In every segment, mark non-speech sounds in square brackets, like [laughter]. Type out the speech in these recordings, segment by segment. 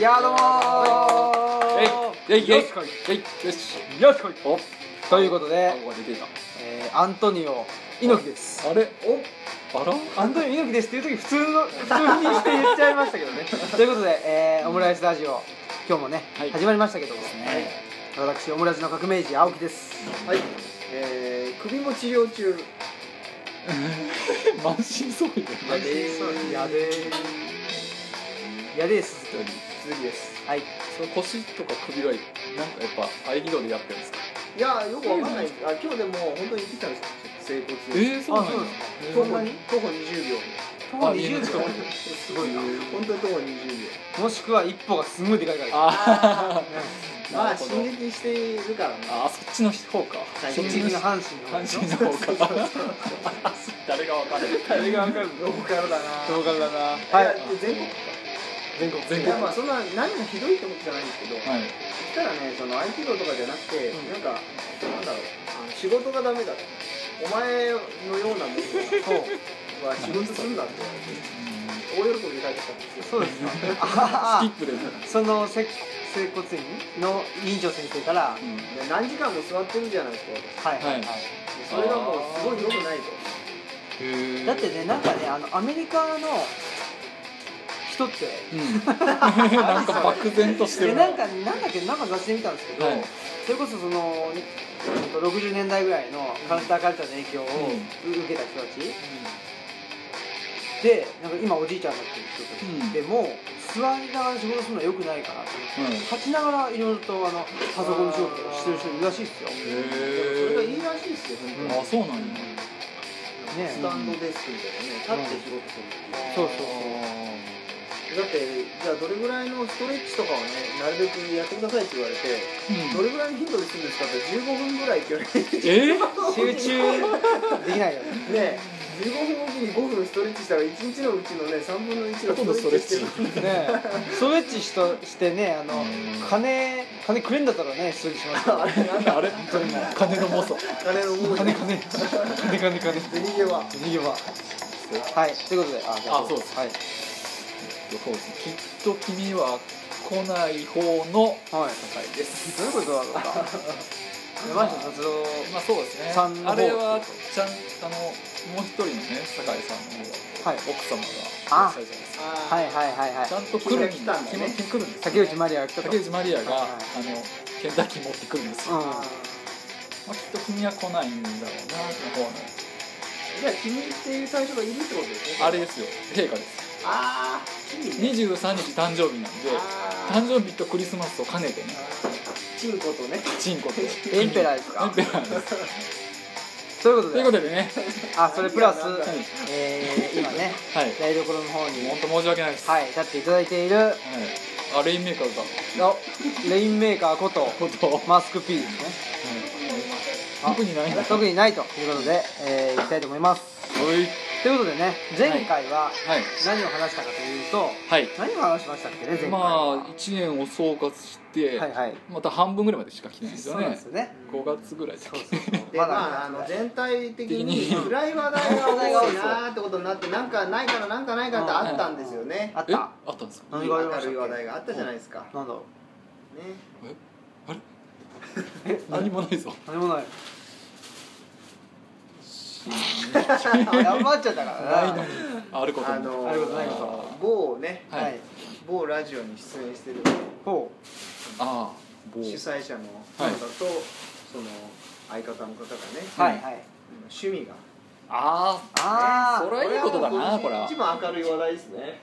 やあどうもーえいえいえいよしこいえいよしよしこいおということで、顎が出てたえー、アントニオ猪木ですあれおあらアントニオ猪木ですっていう時普通の普通にして言っちゃいましたけどね [laughs] ということで、えー、オムライスラジオ今日もね、はい始まりましたけども、ね私オムライスの革命児青木ですはい、えー、首も治療中 [laughs] 満身創痍やでーやでーやでーす鈴木ですはいその腰とか首はなんかやっぱ合気道でやってるんですかいやーよくわかんないあ今日でも本当に行ってきたんですよ整骨えー、そうなんあそうだですえー徒歩に徒歩20秒徒歩あいいね20秒すごいな本当に徒歩20もしくは一歩がすんごいでかいからあ秒まあなるほど進撃しているからねあそっちの方かはいそっち新の宿の阪方神の方関でしょ心の方 [laughs] か誰がわかる誰がわかるローカルだ動画だななはいや全国全国全い国やまあそんな何がひどいってことじゃないんですけど、はいたらねその合気道とかじゃなくて、うんなんかなんだろうあの仕事がダメだとお前のようなもそうのは仕事すんだって大喜びで帰ってきたんですよそうですかスキッあプで、うん、あそのせ整骨院の院長先生から、で何時間も座ってるじゃないですか私はいはいはい、はそれがもうすごい良くないとへーだってねなんかねあのアメリカの人ってうんなんか漠然としてでるなんかなんだっけなんか雑誌で見たんですけど、はいそれこそそのえっと60年代ぐらいのカルターカルチャーの影響を受けた人たち、でなんか今おじいちゃんになってる人たち、でも座りながら仕事するのは良くないかなと思って、うん立ちながらいろいろとあのパソコンの仕事とかしてる人いるらしいですよねそれがいへいらしいですよ本えあそうなんや当にスタンドデスクみたいなね立そうって仕事するってそういうだってじゃあどれぐらいのストレッチとかをねなるべくやってくださいって言われてうんどれぐらいの頻度でするんですかって15分ぐらいって言われえ [laughs] て集中できないよねね15分おきに5分ストレッチしたら1日のうちのね3分の1ほとんどのストストレレッッチチしてるねえストレッチしとしてねあの金金くれんだったらねストレッチしますけどあれなんだあれ金の猛者金の思い金 [laughs] 金金金金銭毛は逃げ場はいということであじゃあそうですはいそうですきっと君は来ない方のはい戦いですどういうことだろうか山下達郎まあそうですねさんの方あれはちゃんあのもう一人のね酒井さんの方はい奥様がいらっしゃるじゃないですかははいはいはいはいちゃんと来るん来たんだね来来るんですよ竹内まりやが来たと竹内まりやが、はいはいあのケンタッキー持ってくるんですよ、うんまあ、きっと君は来ないんだろうなの方のじゃあ君っていう最初がいるってことですねあれですよ陛下ですああ君ね23日誕生日なんであー誕生日とクリスマスを兼ねてねチンコとねチンコとエンペラーですかエンペラーですということといでうことでねあそれプラスはいえー今ねはい台所の方に本当申し訳ないです、はい立っていただいているはいあレインメーカーだあレインメーカーことこと、はいマスク P ですねあ特にないんだ特にないということで、えー、いきたいと思いますはいということでね前回ははい何を話したかというと、はい何を話しましたっけね前回まは、あ1年を総括して、はいはいまた半分ぐらいまでしか来てないですそうよなんねですよね5月ぐらいだっそうけそうそうでままだ、ああの全体的的にに暗い話題が多いなーってことになってなんかないかななんかないかってあったんですよねあっえたあったんですか何明がありましたるっいけ話題があったじゃないですかなんだろうねえあれ何もないぞ何もない [laughs] 頑張っちゃったからなあることもあのー [laughs] あることないこと某ねはいはい某ラジオに出演してるほああ某主催者の方とその相方の方がねうはいはい趣味があああそーれはいいことだなここれれはは一番明るい話題ですね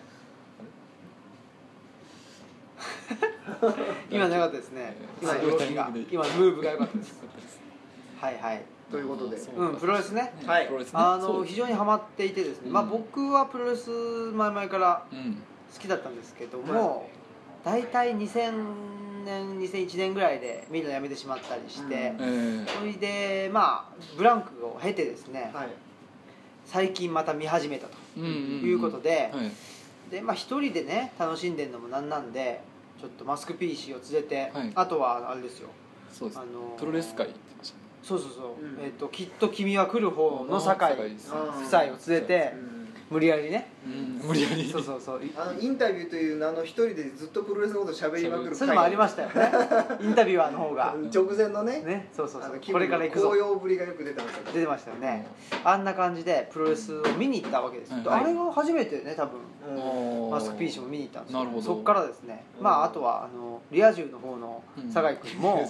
今なかったですね今はい動きが今ムーブが良かったですはいはいということでそううんプロレスねはいプロレスねあそのうです非常にハマっていてですね、うんまあ僕はプロレス前々からうん好きだったんですけども、大体2000年2001年ぐらいで見るのやめてしまったりして、ええそれでまあブランクを経てですね、はい最近また見始めたと、うんうんんいうことではいでまあ一人でね楽しんでるのもなんなんでちょっとマスクピー氏を連れて、はいあとはあれですよそうですあのープロレス界行ってましたねそうそうそう、うんえっときっと君は来る方の酒井ですねあー夫妻を連れてうん無理やりねうん無理やりそうそう [laughs] そういあのインタビューという名の一人でずっとプロレスのこと喋りまくる回それもありましたよ [laughs] ねインタビュアーの方が直前のねねそうそうあそのう気こ分れからの行くぞ高揚ぶりがよく出たんですよ出てましたよねあんな感じでプロレスを見に行ったわけです、はいあれが初めてね多分うんママスクピー氏も見に行ったんですなるほどそっからですね、うんまああとはあのリア充の方の酒井君も、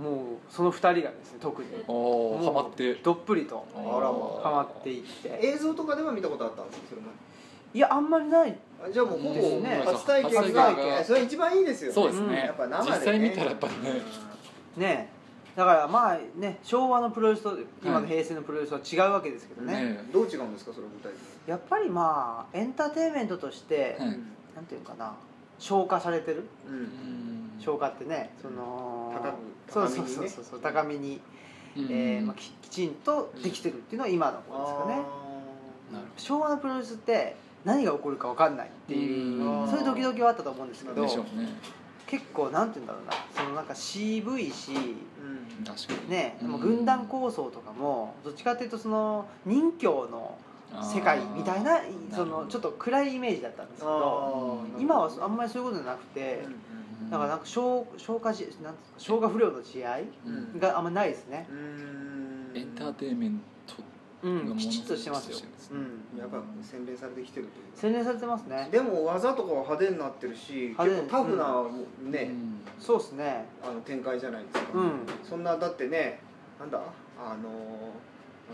もうその2人がですね特におもおうハマってどっぷりとあハーらマっていって映像とかでは見たことあったんですよそれもいやあんまりないあじゃあもうほぼですね初体初験体が験えそれ一番いいですよねそうですうんねやっぱ生でね実際見たらやっぱりねねだからまあね昭和のプロレスと今の平成のプロレスは違うわけですけどね,、ねうんどう違うんですかそれ具体的にやっぱりまあエンターテインメントとして、はいなんていうかな消化されてるうんう、ん消化ってねその高くそうそうそうそう高みに、えーまあ、ききちんとできてるっていうのは今の方ですかねなるほ昭和のプロレスって何が起こるか分かんないっていううんそういうドキドキはあったと思うんですけどどでしょうね結構なんて言うんだろうなそのなんか渋いしうん確かにねうんもう軍団構想とかもどっちかっていうとその任侠の世界みたいなそのちょっっと暗いイメージだったんですけあどー今はあんまりそういうことじゃなくうてんうんだからなんか消消化しなんていうか消化不良の試合うんがあんまないですねう、んエンターテインメントうん、きちっとしてますよ、うん、やっぱ洗練されてきてるというか洗練されてますねでも技とかは派手になってるし派手結構タフなもうね、うんそうですねあの展開じゃないですか、うんそんなだってねなんだあのー、なんだっ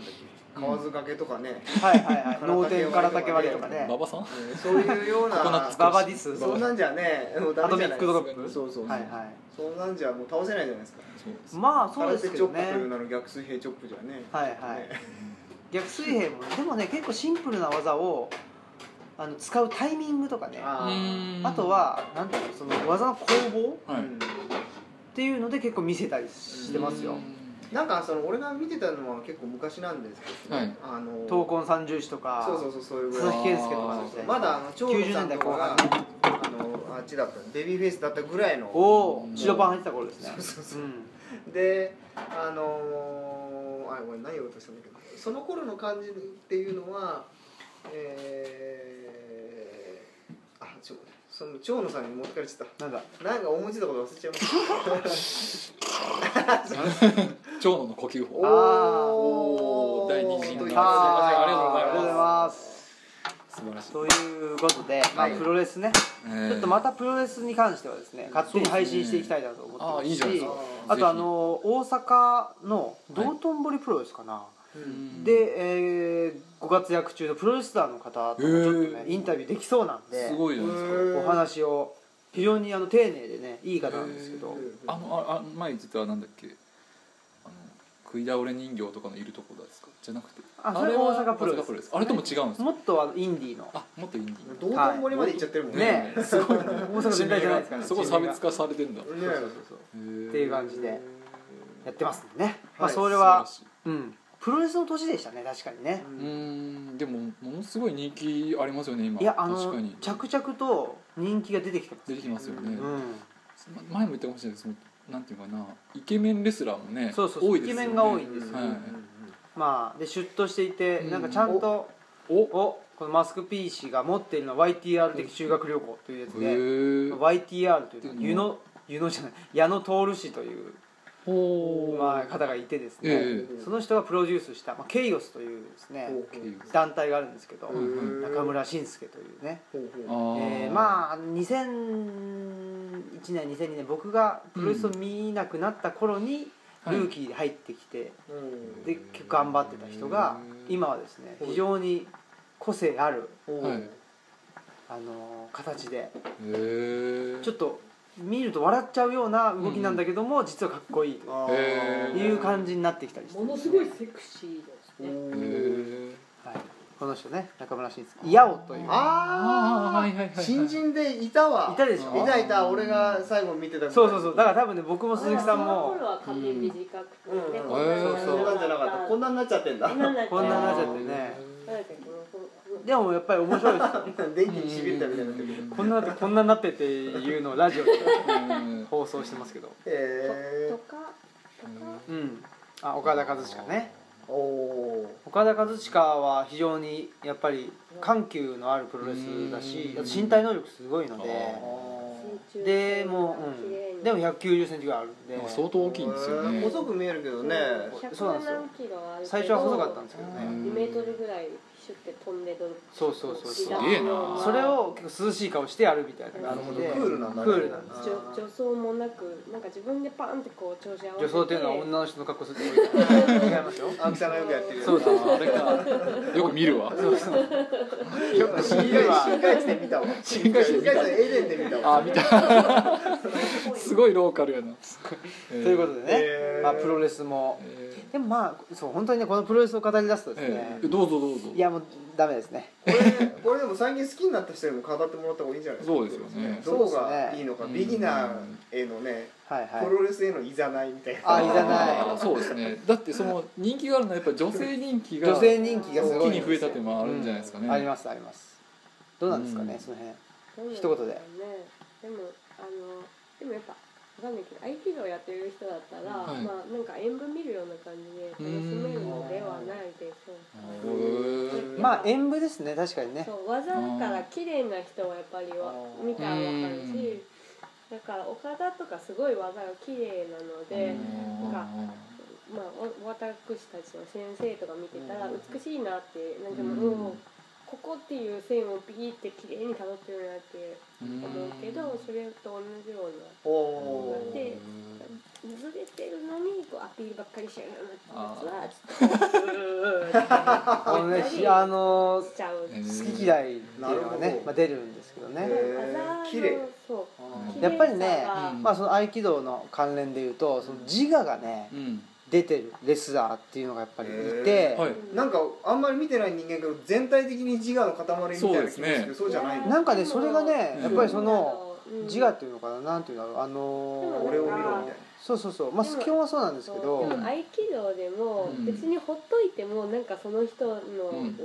けうん河津掛けとかね、はいはいはい空脳手割りとかね天から竹割りとかね馬場さんうんそういうよう [laughs] なココナッツババディスそんなんじゃねもうダメじゃないですかアトミックドロップそうそうそう、はいはいそんなんじゃもう倒せないじゃないですかそうですまあそうですけど空手チョップというね名の逆水平チョップじゃねはいはい逆水平もねでもね結構シンプルな技をあの使うタイミングとかねああうんとはなんていうのその技の攻防はういんっていうので結構見せたりしてますよなんかその俺が見てたのは結構昔なんですけど、はいあのー闘魂三重視とかそうそうそうそういうぐ佐らい々木健介とかですねまだあの長野90さん年代とか後が半あのあっちだったベビーフェイスだったぐらいのおおー白パン入ってた頃ですねそうそうそうんであのー、あれ俺何言おうとしたんだっけどその頃の感じっていうのはえー、あちょその長野さんに持ってかれちゃっなんだたなんか思いついたこと忘れちゃいました長野の呼吸法あーおー第二陣というあーありがとうございますありがとうございます素晴らしいということで、まあ、はいプロレスね、ちょっとまたプロレスに関してはですね勝手に配信していきたいなと思ってますしそうですねあーいいじゃないですかあとあの大阪の道頓堀プロレスかな、で、えーご活躍中のプロレスラーの方ともちょっとねへーインタビューできそうなんですごいじゃないですかお話を非常にあの丁寧でねいい方なんですけどあのああ前言ってたなんだっけあの食い倒れ人形とかのいるところですかじゃなくてあそれは大阪プロレス大あれとも違うんですかもっとあのインディーのあもっとインディー道頓堀まで行っちゃってるもんね,、ね [laughs] えすごい大阪全体じゃないですかねそこ差別化されてんだねっていう感じでやってますんでね、まあ、それはは、うん、プロレスの年でしたね確かにねうーんでもものすごい人気ありますよね今いやあ確かのに着々と人気が出てきてます出てきますようね、んま前も言ってましたけどそのなんていうかなイケメンレスラーもねそうそうそう多いですよねイケメンが多いんですよはいまあでシュッとしていて、うんなんかちゃんとおおこのマスクピー氏が持っているのは YTR 的修学旅行というやつへでー YTR といううんの湯野湯野じゃない矢野徹氏という、ほーまあ、方がいてですね、えその人がプロデュースした、まあ、ケイオスというですね団体があるんですけど、ん中村信介というね、あーえーまあ2001年2002年僕がプロレスを見なくなった頃に、はいルーキーで入ってきて、うんで結構頑張ってた人がうん今はですねうん非常に個性ある、はいあのー形でへーちょっと見ると笑っちゃうような動きなんだけども、実はかっこいいとあへーいう感じになってきたりしてものすごいセクシーですうね。へんーはい、この人ね中村慎介「イヤオ」というああーあはいはいはいはい新人でいたわいたでしょいたいた俺が最後見てたそうそうそうだかから多分ね僕も鈴木さんもその頃は髪短くてうんね、うんこんなにへそーうそうこんなんじゃなかったこんなんなっちゃってんだこんなになっちゃうこんなになっちゃってねなんだっけこのこでもやっぱり面白いですよ電気にしびれたみたいになってるこんななってこんなになってっていうのをラジオでうん放送してますけどへのえとかとかうんあ岡田和志かねあおお岡田和親は非常にやっぱり緩急のあるプロレスだしうんあと身体能力すごいのーであでもう、うん、でも1 9 0ンチぐらいあるんでなんか相当大きいんですよーね細く見えるけどねそうなんですよキロあるけど最初は細かったんですけどうねん2メートルぐらいシュッて飛んでドロップそうそうそうすそげうえなそれを結構涼しい顔してやるみたいななる感ほじどでクールなんだねクールなんです助助走もなくなんか自分でパンってこう調子合わ女せて装っていうのは女の人の格好するってことです違います [laughs] よ青木さんがよくやってるやつそうそうああれかよく見るわよく新見るわ回線見たわ新幹線見た新幹線エデンで見たわあ見たすごいローカルやなということで、でへねーまあプロレスもえーでもまあそう本当にねこのプロレスを語り出すとですえねーどうぞどうぞいやもうダメですねこれこれでも最近好きになった人にも語ってもらった方がいいんじゃないですかそうですよねどこがいいのか、そうですねビギナーへのねはいはいプロレスへのいざないみたいなあいざないあーそうですねだってその人気があるのはやっぱり女性人気が女性人気がすごい一ん気でにす増えたっていうのもあるんじゃないですかね、ありますありますどうなんですかね、うんその辺どうなん一言でだろうねでもあのでもやっぱわかんないけど合気道やってる人だったら、はいまあなんか演舞見るような感じで楽しめるのではないでしょうかへーまあ演舞ですね確かにねそう技から綺麗な人はやっぱりわうん見たらわかるうんしだから岡田とかすごい技が綺麗なのでなんかまあお私たちの先生とか見てたらうん美しいなってなんかもううんうんここっていう線をビーって綺麗にたどってるなって思うけどそれと同じようおおなーでずれてるのにこうアピールばっかりしちゃうようなやつは [laughs] あのねやっぱりひあのちょっとしちゃう。えー好き嫌いっていうのなるはほねど、まあ、出るんですけどね、へ技の綺麗そうやっぱりね綺麗さがうんまあその合気道の関連でいうとその自我がねうん出てるレスラーっていうのがやっぱりいへて、はいなんかあんまり見てない人間けど全体的に自我の塊みたいな気がするけどそうじゃないのなんかねそれがねやっぱりその、うん自我っていうのかななんていうのあの俺を見ろみたいそうそうそうまあ基本はそうなんですけでども合気道でもうん別にほっといてもなんかその人のうん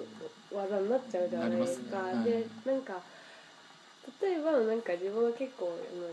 技になっちゃうじゃないですか、なりますねでなんか例えばなんか自分は結構あの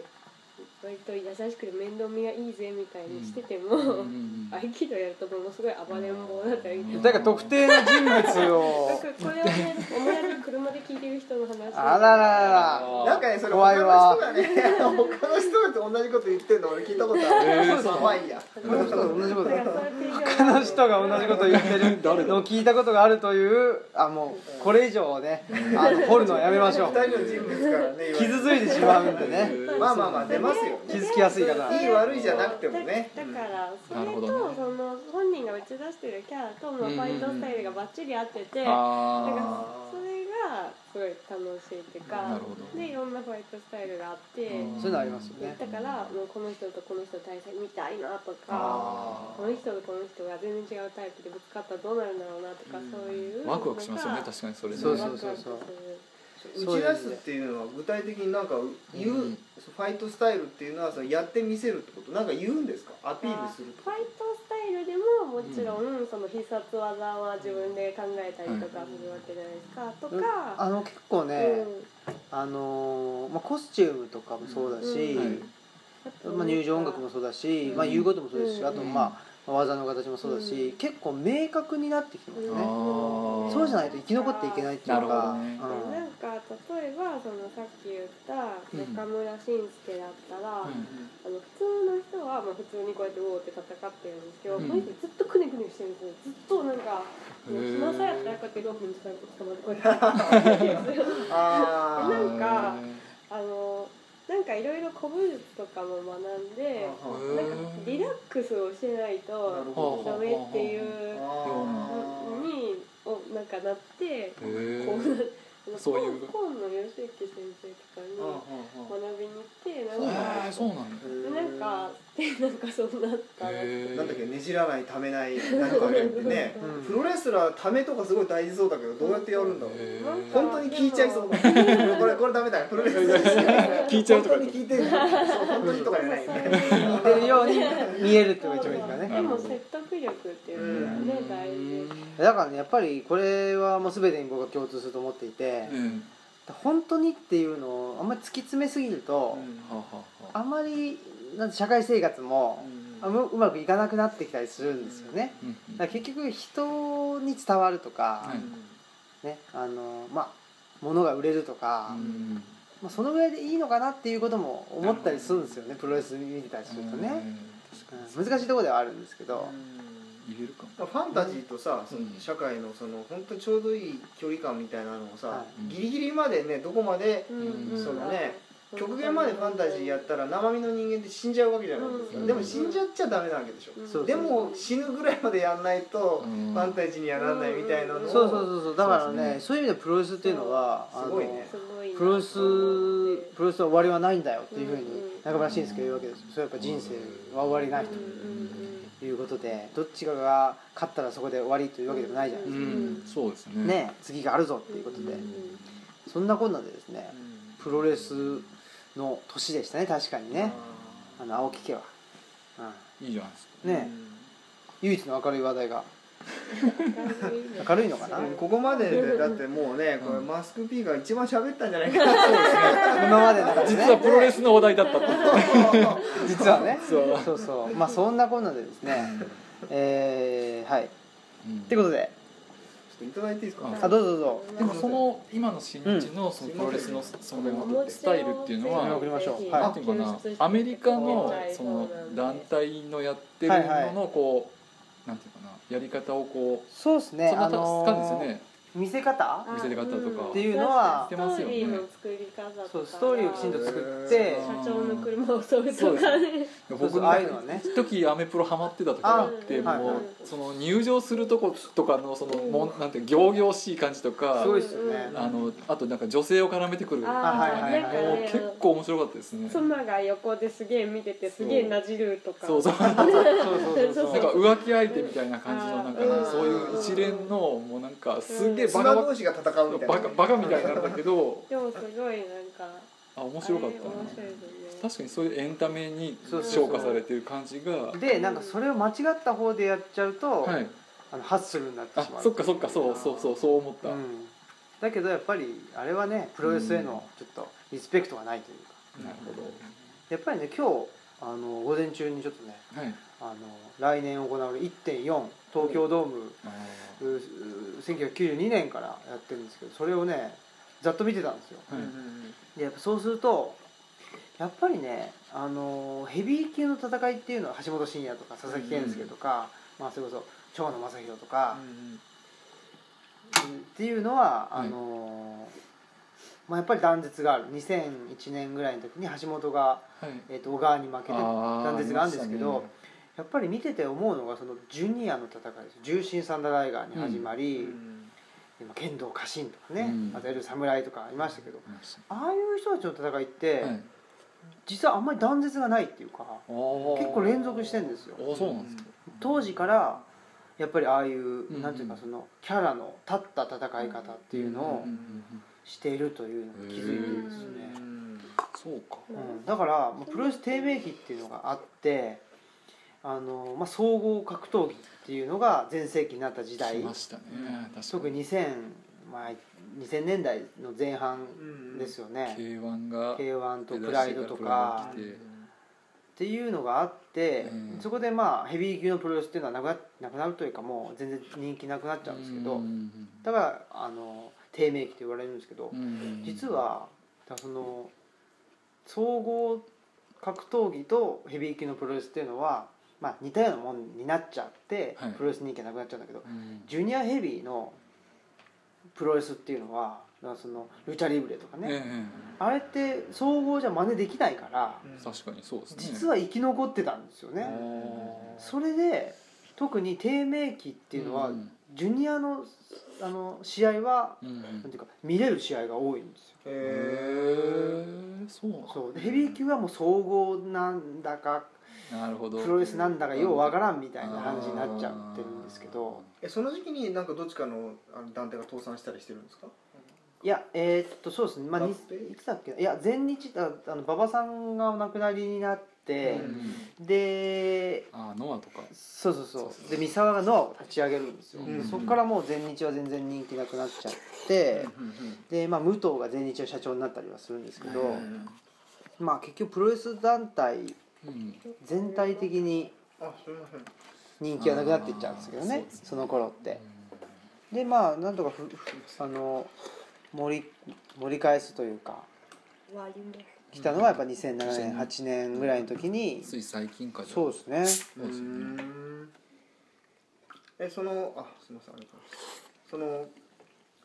割と優しくて面倒見がいいぜみたいにしてても、うんうん合気道やるとものすごい暴れん坊だったり。うんだから特定の人物なん [laughs] をかこれをね、お前ら車で聞いてる人の話あららららあーなんかねそれ怖他いのわ人がね [laughs] 他の人と同じこと言ってんの俺聞いたことある、えーまあまあいいやここの人と同じことだからそ [laughs] れって非常に他の人が同じこと言ってる誰だのを聞いたことがあるというあもうこれ以上ねあの掘るのはやめましょう二人の人物からね言われて傷ついてしまうんでねまあまあまあ出ますよ傷つきやすいかなねいい悪いじゃなくてもねだだからそなるれほと、どねその本人が打ち出してるキャラとのファイトスタイルがバッチリ合ってて、なんかあそれがすごい楽しいっていうーなかるほどでいろんなファイトスタイルがあって、うんそういうのありますよねだからもうこの人とこの人の対戦見たいなとかあこの人とこの人が全然違うタイプでぶつかったらどうなるんだろうなとか、うんそういうワクワクしますよね確かにそれねそうそうそうワクワクするー打ち出すっていうのは具体的になんか言う、うんファイトスタイルっていうのはそのやってみせるってことなんか言うんですかアピールするってフこァイトスタイルでももちろんその必殺技は自分で考えたりとかするわけじゃないですか、とか、あの結構うんね、あのーまあ、コスチュームとかもそうだし、はいまあ、入場音楽もそうだし、うんまあ、言うこともそうですし、うんあと、まあ、技の形もそうだし、うん結構明確になってきてますうねん、あーそうじゃないと生き残っていけないっていうかなるほどねなんか例えばそのさっき言った中村慎介だったら、あの普通の人はまあ普通にこうやってウォーって戦ってるんですけど、うんこの人ずっとクネクネしてるんですよずっとなんかへー暇さやったらこうやってロープに捕まってこうやってや [laughs] ってるんですよとあなーんかあのなんかいろいろ古武術とかも学んであなんかリラックスをしなないるとほどダメっていうあのーにをなんかなってへーこうなんかそういう今野義行先生とかにあ学びに行ってなんあーかそうなんだーなんかでなんかそうなったなってへーなんだっけねじらないためないなんかねってねうんプロレスラーためとかすごい大事そうだけどどうやってやるんだろうへーなんか本当に聞いちゃいそうだこれこれダメだプロレスラー聞いちゃうとか本当に聞いてんじゃんそう本当にとかじゃないよね似てるように見えるっていうのが一番いいですからでねも説得力っていうのがねうん大事だからねやっぱりこれはもう全てに僕は共通すると思っていて、うん本当にっていうのをあんまり突き詰めすぎると、はあはあはああまりなんて社会生活も、うんあううまくいかなくなってきたりするんですよね、うんうんだから結局人に伝わるとか、はいねあのまあ物が売れるとか、うんまあ、そのぐらいでいいのかなっていうことも思ったりするんですよねプロレス見てたりするとね、うん難しいところではあるんですけど、入れるかもまあファンタジーとさ、そのうん社会のその本当にちょうどいい距離感みたいなのをさ、はギリギリまでねどこまでうんそうだね極限までファンタジーやったら生身の人間って死んじゃうわけじゃないですか、うんでも死んじゃっちゃダメなわけでしょ、うんそうでも死ぬぐらいまでやんないとうんファンタジーにはなんないみたいなのを、うんそうそうそうそうだからそうですねねそういう意味でプロレスっていうのはあすのごいねすごいなプロレスプロレスは終わりはないんだよっていうふうにうん中村慎介が言うわけですそれはやっぱ人生は終わりないうんうんということでどっちかが勝ったらそこで終わりというわけでもないじゃないでうんそうですすねかね次があるぞっていうことでうんそんなこんなでですねうんプロレスの年でしたね確かにねあの青木家は、いいじゃないですかうん、ね唯一の明るい話題が明明るいのかなうんここまででだってもうねこうれんマスク P が一番喋ったんじゃないかな今までの中で実ねはプロレスの話題だったと実はねそそううそうまあそんなこんなでです [laughs] ねえー、はいってこことでちょっといただいていいですかうんあどうぞどうぞでもその今の新日のそのプロレスのそのスタイルっていうのうんは送りましょうなはんていうかなアメリカのその団体のやってるののこうなんていうかなやり方をこうそうですねそんな使うんですあよのーね見せ方見せ方とかっていうのはストーリーの作り方とかそうストーリーをきちんと作ってうん社長の車を襲うとかねそう僕そうのああいうのはね一時アメプロハマってた時があってあはいもはうその入場するとことかのそのもんなんて仰々しい感じとかすごいですよねあのあとなんか女性を絡めてくるもうあはいはいはい結構面白かったですね妻が横ですげえ見ててすげえなじるとかそうそうなんかそうそうそうそうそう浮気相手みたいな感じのなんかうんそういう一連のもうなんかすげえバ妻カバ同士が戦うみたカいなバカバカみたいになるんだけど [laughs] でもすごいなんかあ面白かっあれ面た白ないですね確かにそういうエンタメにそうそう昇華されてる感じがでなんかそれを間違った方でやっちゃうと、はいあのハッスルになってあしまうそっかそっかそうそうそうそう思ったうん、だけどやっぱりあれはねプロレスへのちょっとリスペクトがないというかなるほやっぱりね今日あの午前中にちょっとねどはいあの来年行われる1.4東京ドーム、あうう1992年からやってるんですけどそれをねざっと見てたんですよーはいでやっぱそうするとやっぱりねあのヘビー級の戦いっていうのは橋本真也とか佐々木健介とか、まあ、それこそ長野正弘とか、っていうのはあはいの、まあ、やっぱり断絶がある2001年ぐらいの時に橋本が、はいえー、と小川に負けてあ断ー絶があるんですけど、ありましやっぱり見てて思うのがそのジュニアの戦いです重心サンダーライガーに始まり、今剣道家臣とかね、うんあとエル侍とかいましたけどたねああいう人たちの戦いって、はい実はあんまり断絶がないっていうかあー結構連続してんですよあーそうなんですか当時からやっぱりああいう、うんなんていうかそのキャラの立った戦い方っていうのをうんうんうんしているというのを気づいてるんですよね、そうかうん、だから、まあ、プロレス低迷期っていうのがあってあの、まあ、総合格闘技っていうのが全盛期になった時代来ましたね確か特にに2000、まあ、2000年代の前半ですよね K1 が k 1とプライドと出だしがかプロに来ってていうのがあって、うんそこでまあヘビー級のプロレスっていうのはなくななくなるというかもう全然人気なくなっちゃうんですけど、うんうんだからあの低迷期と言われるんですけど、うん実はだからその総合格闘技とヘビー級のプロレスっていうのは、まあ、似たようなもんになっちゃって、はいプロレス人気がなくなっちゃうんだけどうんジュニアヘビーのプロレスっていうのはだからそのルチャリブレとかね、えあれって総合じゃ真似できないからえ確かにそうですね実は生き残ってたんですよね、それで特に低迷期っていうのは、うんジュニアのあの試合は、うんうんなんていうか見れる試合が多いんですよへええそうなんだそうでヘビー級はもう総合なんだかなるほどプロレスなんだかようわからんみたいな感感じじになっちゃってるんですけどその時期になんかどっちかのあの団体が倒産したりしてるんですかいやえーっとそうですね、まあ、にい合併つだっけいや前日ああの馬場さんがお亡くなりになって、であノアとかそうそうそうで三沢がノアを立ち上げるんですよ、うんでそこからもう前日は全然人気なくなっちゃって、で、まあ、武藤が前日の社長になったりはするんですけど、まあ、結局プロレス団体うん全体的にあすみません人気はなくなっていっちゃうんですけどあーねそうですねその頃ってでまあなんとかふふあの盛り盛り返すというか終わります来たのはやっぱ2007年うん8年ぐらいの時につい最近かじゃそうすですそうですねんえそのあすみませんありがとうございますその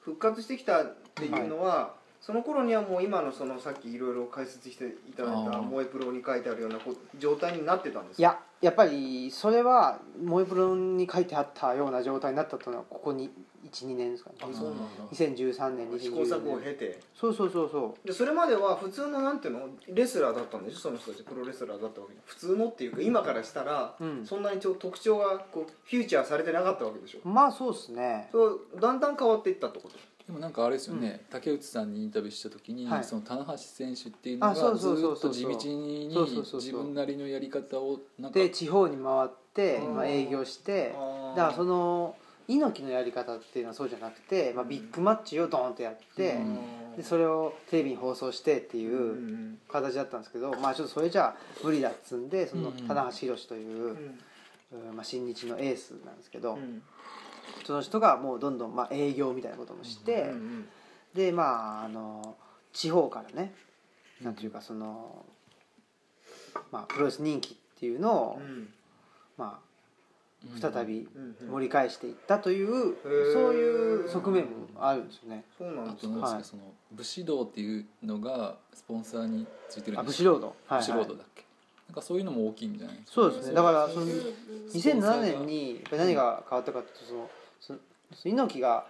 復活してきたっていうのは、その頃にはもう今のそのさっきいろいろ解説していただいたあー萌えプロに書いてあるようなこ状態になってたんですいかややっぱりそれは萌えプロに書いてあったような状態になったというのはここに12年ですかあねそうなんだ2013年試行錯誤を2014年経てそうそうそうそうでそれまでは普通のなんていうのレスラーだったんでしょその人たちプロレスラーだったわけで普通のっていうか今からしたら、うんそんなにちょ特徴がこうフューチャーされてなかったわけでしょまあそうですねそうだんだん変わっていったってことでもなんかあれですよね、竹内さんにインタビューした時に、はいその棚橋選手っていうのがあそうずそうそうっそとう地道にそうそうそうそう自分なりのやり方をなんかで地方に回って、うんまあ、営業してあーだからその猪木のやり方っていうのはそうじゃなくて、まあ、うんビッグマッチをドーンとやって、うんでそれをテレビに放送してってういうん形だったんですけど、まあちょっとそれじゃ無理だっつんでそのうん棚橋宏というう、んうんまあ、新日のエースなんですけど、うんその人がもうどんどんまあ営業みたいなこともして、うんでまああの地方からねなんていうかその、まあ、プロレス人気っていうのを、うんまあ、再びうんうん盛り返していったという、ーそういう側面もあるんですよね。そうなあんですとかなんですか、はいその武士道っていうのがスポンサーについてるあんブですシロード、はい武は士いロードだっけなんかそういうのも大きいんじゃないですそうですねだからそうのん2007年にやっぱり何が変わったかというとそのそのその猪木が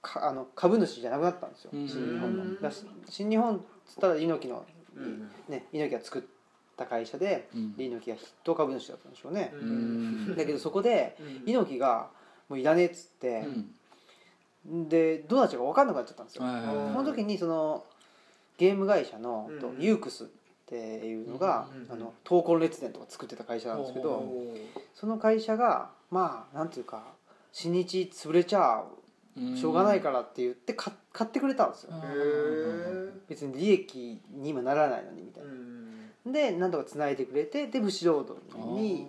かあの株主じゃなくなったんですよ、うん新日本うんの。だから新日本っつったら猪木の、うんね、猪木が作った会社でうんで猪木が筆頭株主だったんでしょうねう、うんんだけどそこでうん猪木がもういらねえっつっうて、んでどうなっちゃうか分かんなくなっちゃったんですよ、はいはいそはのい時にそのゲーム会社の、うんとユークスっていうのが、うんあの闘魂列伝とか作ってた会社なんですけど、おーおーその会社がまあなんていうか新日潰れちゃうんしょうがないからって言ってか買ってくれたんですようんへー別に利益にもならないのにみたいうな、んでなんとかつないでくれてで武士ローあドーに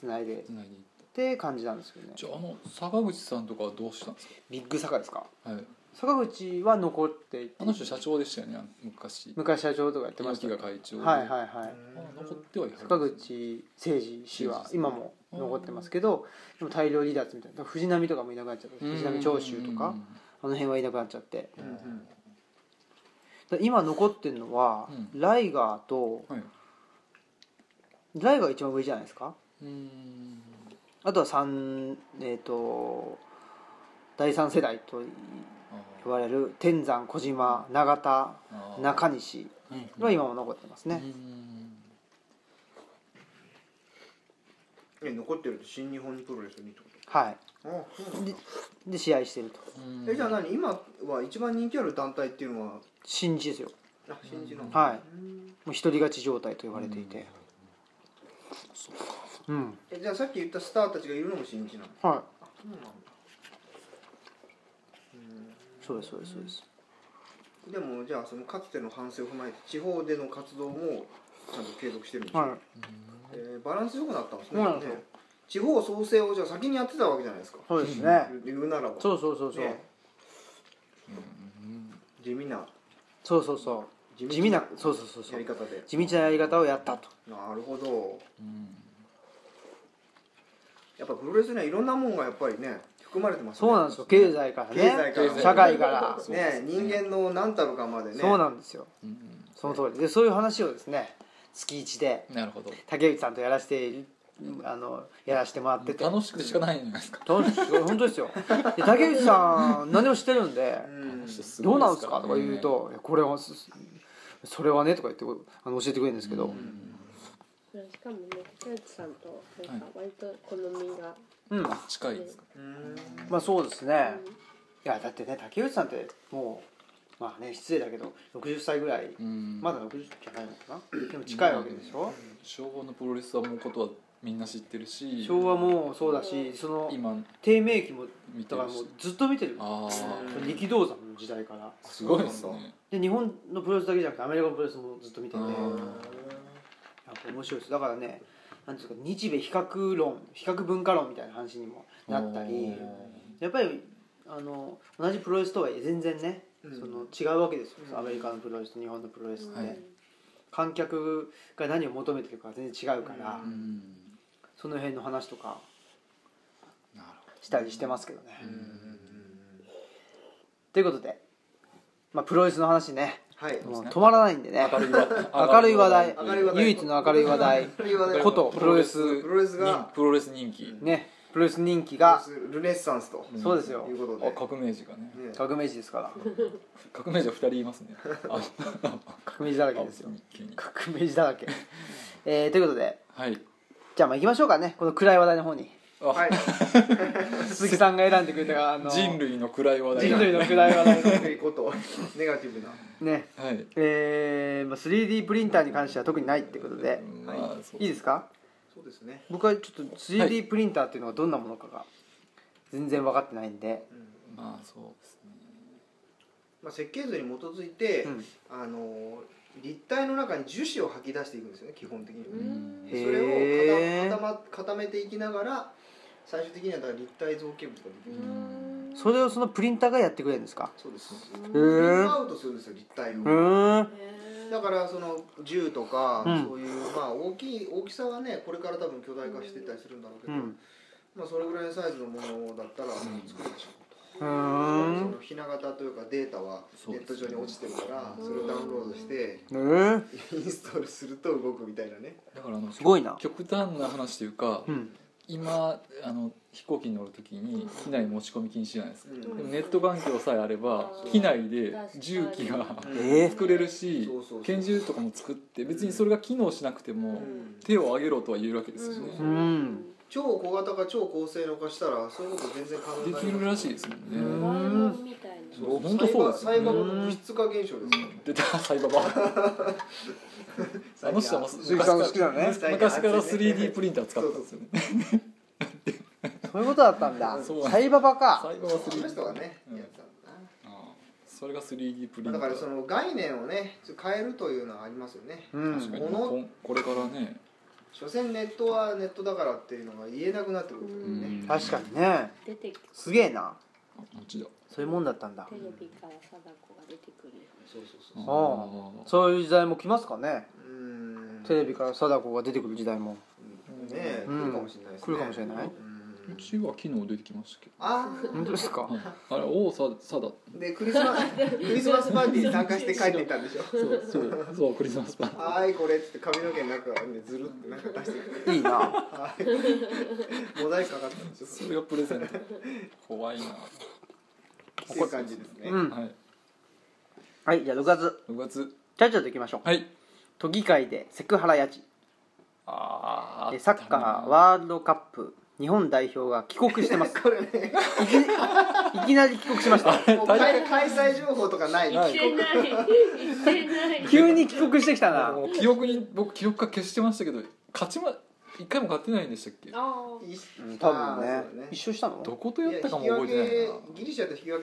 つないでっつないでいったて感じなんですけどねじゃああの坂口さんとかはどうしたんですビッグ坂ですかか、はい、坂口は残っていてあの人社長でしたよねあの昔昔社長とかやってま山したけ木どが会長ではいはいはういあん残ってはいる坂口誠二氏は誠二さん今も残ってますけどでも大量離脱みたいな藤波とかもいなくなっちゃったうん藤波長州とかあの辺はいなくなっちゃってうんうんだ今残ってるのは、うライガーとはいライガーが一番上じゃないですかうんあとは三えっ、と第三世代と言われる天山小島永田あー中西うんは今も残ってますうね、んえ残ってると新日本プロレスにってこはいとあそうなんだで試合してるとうんえじゃあ何今は一番人気ある団体っていうのは新日ですよあ新人なんだはいうんもう独り勝ち状態と言われていてうん、えじゃあさっき言ったスターたちがいるのも新人なのはいあそうなんだうんそうですそうですそうですでもじゃあそのかつての反省を踏まえて地方での活動もちゃんと継続してるんですよ、はういんえーバランス良くなったんですねそうなんですよね地方創生をじゃあ先にやってたわけじゃないですかそうですね言うならばそうそうそうそう、ねうん地味なそうそうそう地地味なそうそうそうそやりう方で地道なやり方をやったとなるほどうんやっぱプロレスにはいろんなもんがやっぱりね含まれてますねそうなんですよ経済からね経済から社会からそうでねすね人間の何たるかまでねそうなんですようんその通りでそういう話をですね月一でなるほど竹内さんとやらせているあのやらせてもらってて楽しくてしかないんじゃないですか楽しいですよ本当ですよで竹内さん何でも知ってるんでうん「どうなんですか?」とか言うと「いやこれはすそれはね」とか言ってあの教えてくれるんですけどしかもね竹内さんとなんか割と好みが、うん近いですかうんまあそうですねうんいやだってね竹内さんってもうまあね失礼だけど60歳ぐらいうんまだ60じゃないのかなでも近いわけでしょ昭和のプロレスはもうことはみんな知ってるし昭和もそうだしその今低迷期も見てだからるもうしずっと見てるああうん力道山の時代からすごいですそうなんねで日本のプロレスだけじゃなくてアメリカのプロレスもずっと見ててうやっんぱ面白いですだからねなんていうか日米比較論比較文化論みたいな話にもなったりやっぱりあの同じプロレスとはいえ全然ね、うんその違うわけですよ、うんアメリカのプロレスと日本のプロレスって、はい観客が何を求めてるかが全然違うから、うんうんその辺の話とかなるほしたりしてますけどね。うんということで、まあ、プロレスの話ねはそういですもうね止まらないんでねど明るい話明るい話題明るい話題唯一の明るい話題明るい話題ことプロレスプロレスがプロレス人気ねプロレス人気プロレがスルネッサンスとうんそうですよいうことであ革命児がねね革命児ですから革命児は2人い [laughs] ますねあ革命児だらけですよ急に革命児だらけ、えー、ということではいじゃあまあ行きましょうかねこの暗い話題の方 [laughs] にあはい鈴木さんが選んでくれたあの人類の暗い話題人類の暗い話題明るいことネガティブなねはいえーまあ、3D プリンターに関しては特にないってことでうんはいまあそういいですかそうですね僕はちょっとは 3D プリンターっていうのがどんなものかが全然分かってないんで、うんまあそうですねまあ設計図に基づいてうんあの立体の中に樹脂を吐き出していくんですよね基本的にはうんうんへそーれを固固ま固めていきながら最終的にはだから立体造形物ができるそれをそのプリンターがやってくれるんですかそうですへプリンートアウトするんですよ立体をうーんだからその銃とか、うんそういうまあ大きい大きさはねこれから多分巨大化してったりするんだろううけど、んまあそれぐらいのサイズのものだったら作れてしうまう、ーそんのひな形というかデータはネット上に落ちてるからそうそれをダウンロードしてえー、インストールすると動くみたいなねだからあのすごいな極端な話というかうん今あの飛行機に乗るときに機内持ち込み禁止じゃないですかうんでもネット環境さえあればうん機内で重機確がかにえー作れるしそうそうそう拳銃とかも作って別にそれが機能しなくてうもん手を挙げろとは言えるわけですようねん超小型か超高性能化したらそういうこと全然可能できるらしいですもうんねんドラえもんみたいなそう本当そうですよサイバーうんサイバーの物質化現象ですよ、出たサイ [laughs] ババあの人も鈴木さん好きだね昔から 3D プリンター使ってたんですよねそういうことだったんだそうなんだサイババかサイバはその人が 3D ね、うんやってたんだなああそれが 3D プリンタだーからその概念をね変えるというのはありますよねうん確かにこのこんこれからね所詮ネットはネットだからっていうのが言えなくなってくるんだよねうん確かにね出てきすげえなあこっちだそういうもんだったんだテレビから貞子が出てくるよそうそうあそあうそういう時代も来ますかねうーんテレビから貞子が出てくる時代もねえうん来るかもしれないですね来るかもしれないううんちは機能出てきましたけどあ本当です [laughs] かああれ王貞貞ーでクリスマスクリスマスパーティーに参加して帰っていった [laughs] んでしょそうそうそうクリスマスパーティーはーいこれっつって髪の毛の中からねずるってなんか出してくいいなるモザイクかかったんでしょそれがプレゼント怖いなそういう感じです [laughs] ね、うはんはいはいじゃあ6月6月ちゃちゃといきましょうはい都議会でセクハラやじあえサッカーワールドカップ日本代表が帰国してます [laughs] これねいきなり帰国しましたもう開開催情報とかないない行けない行けない急に帰国してきたなもう記憶に僕記憶が消してましたけど勝ちま一回も勝ってないんでしたっけああいいっすうん多分あねーそうだ一緒したのどこといややっ引たきかも覚分えてないけなギリシャと引き分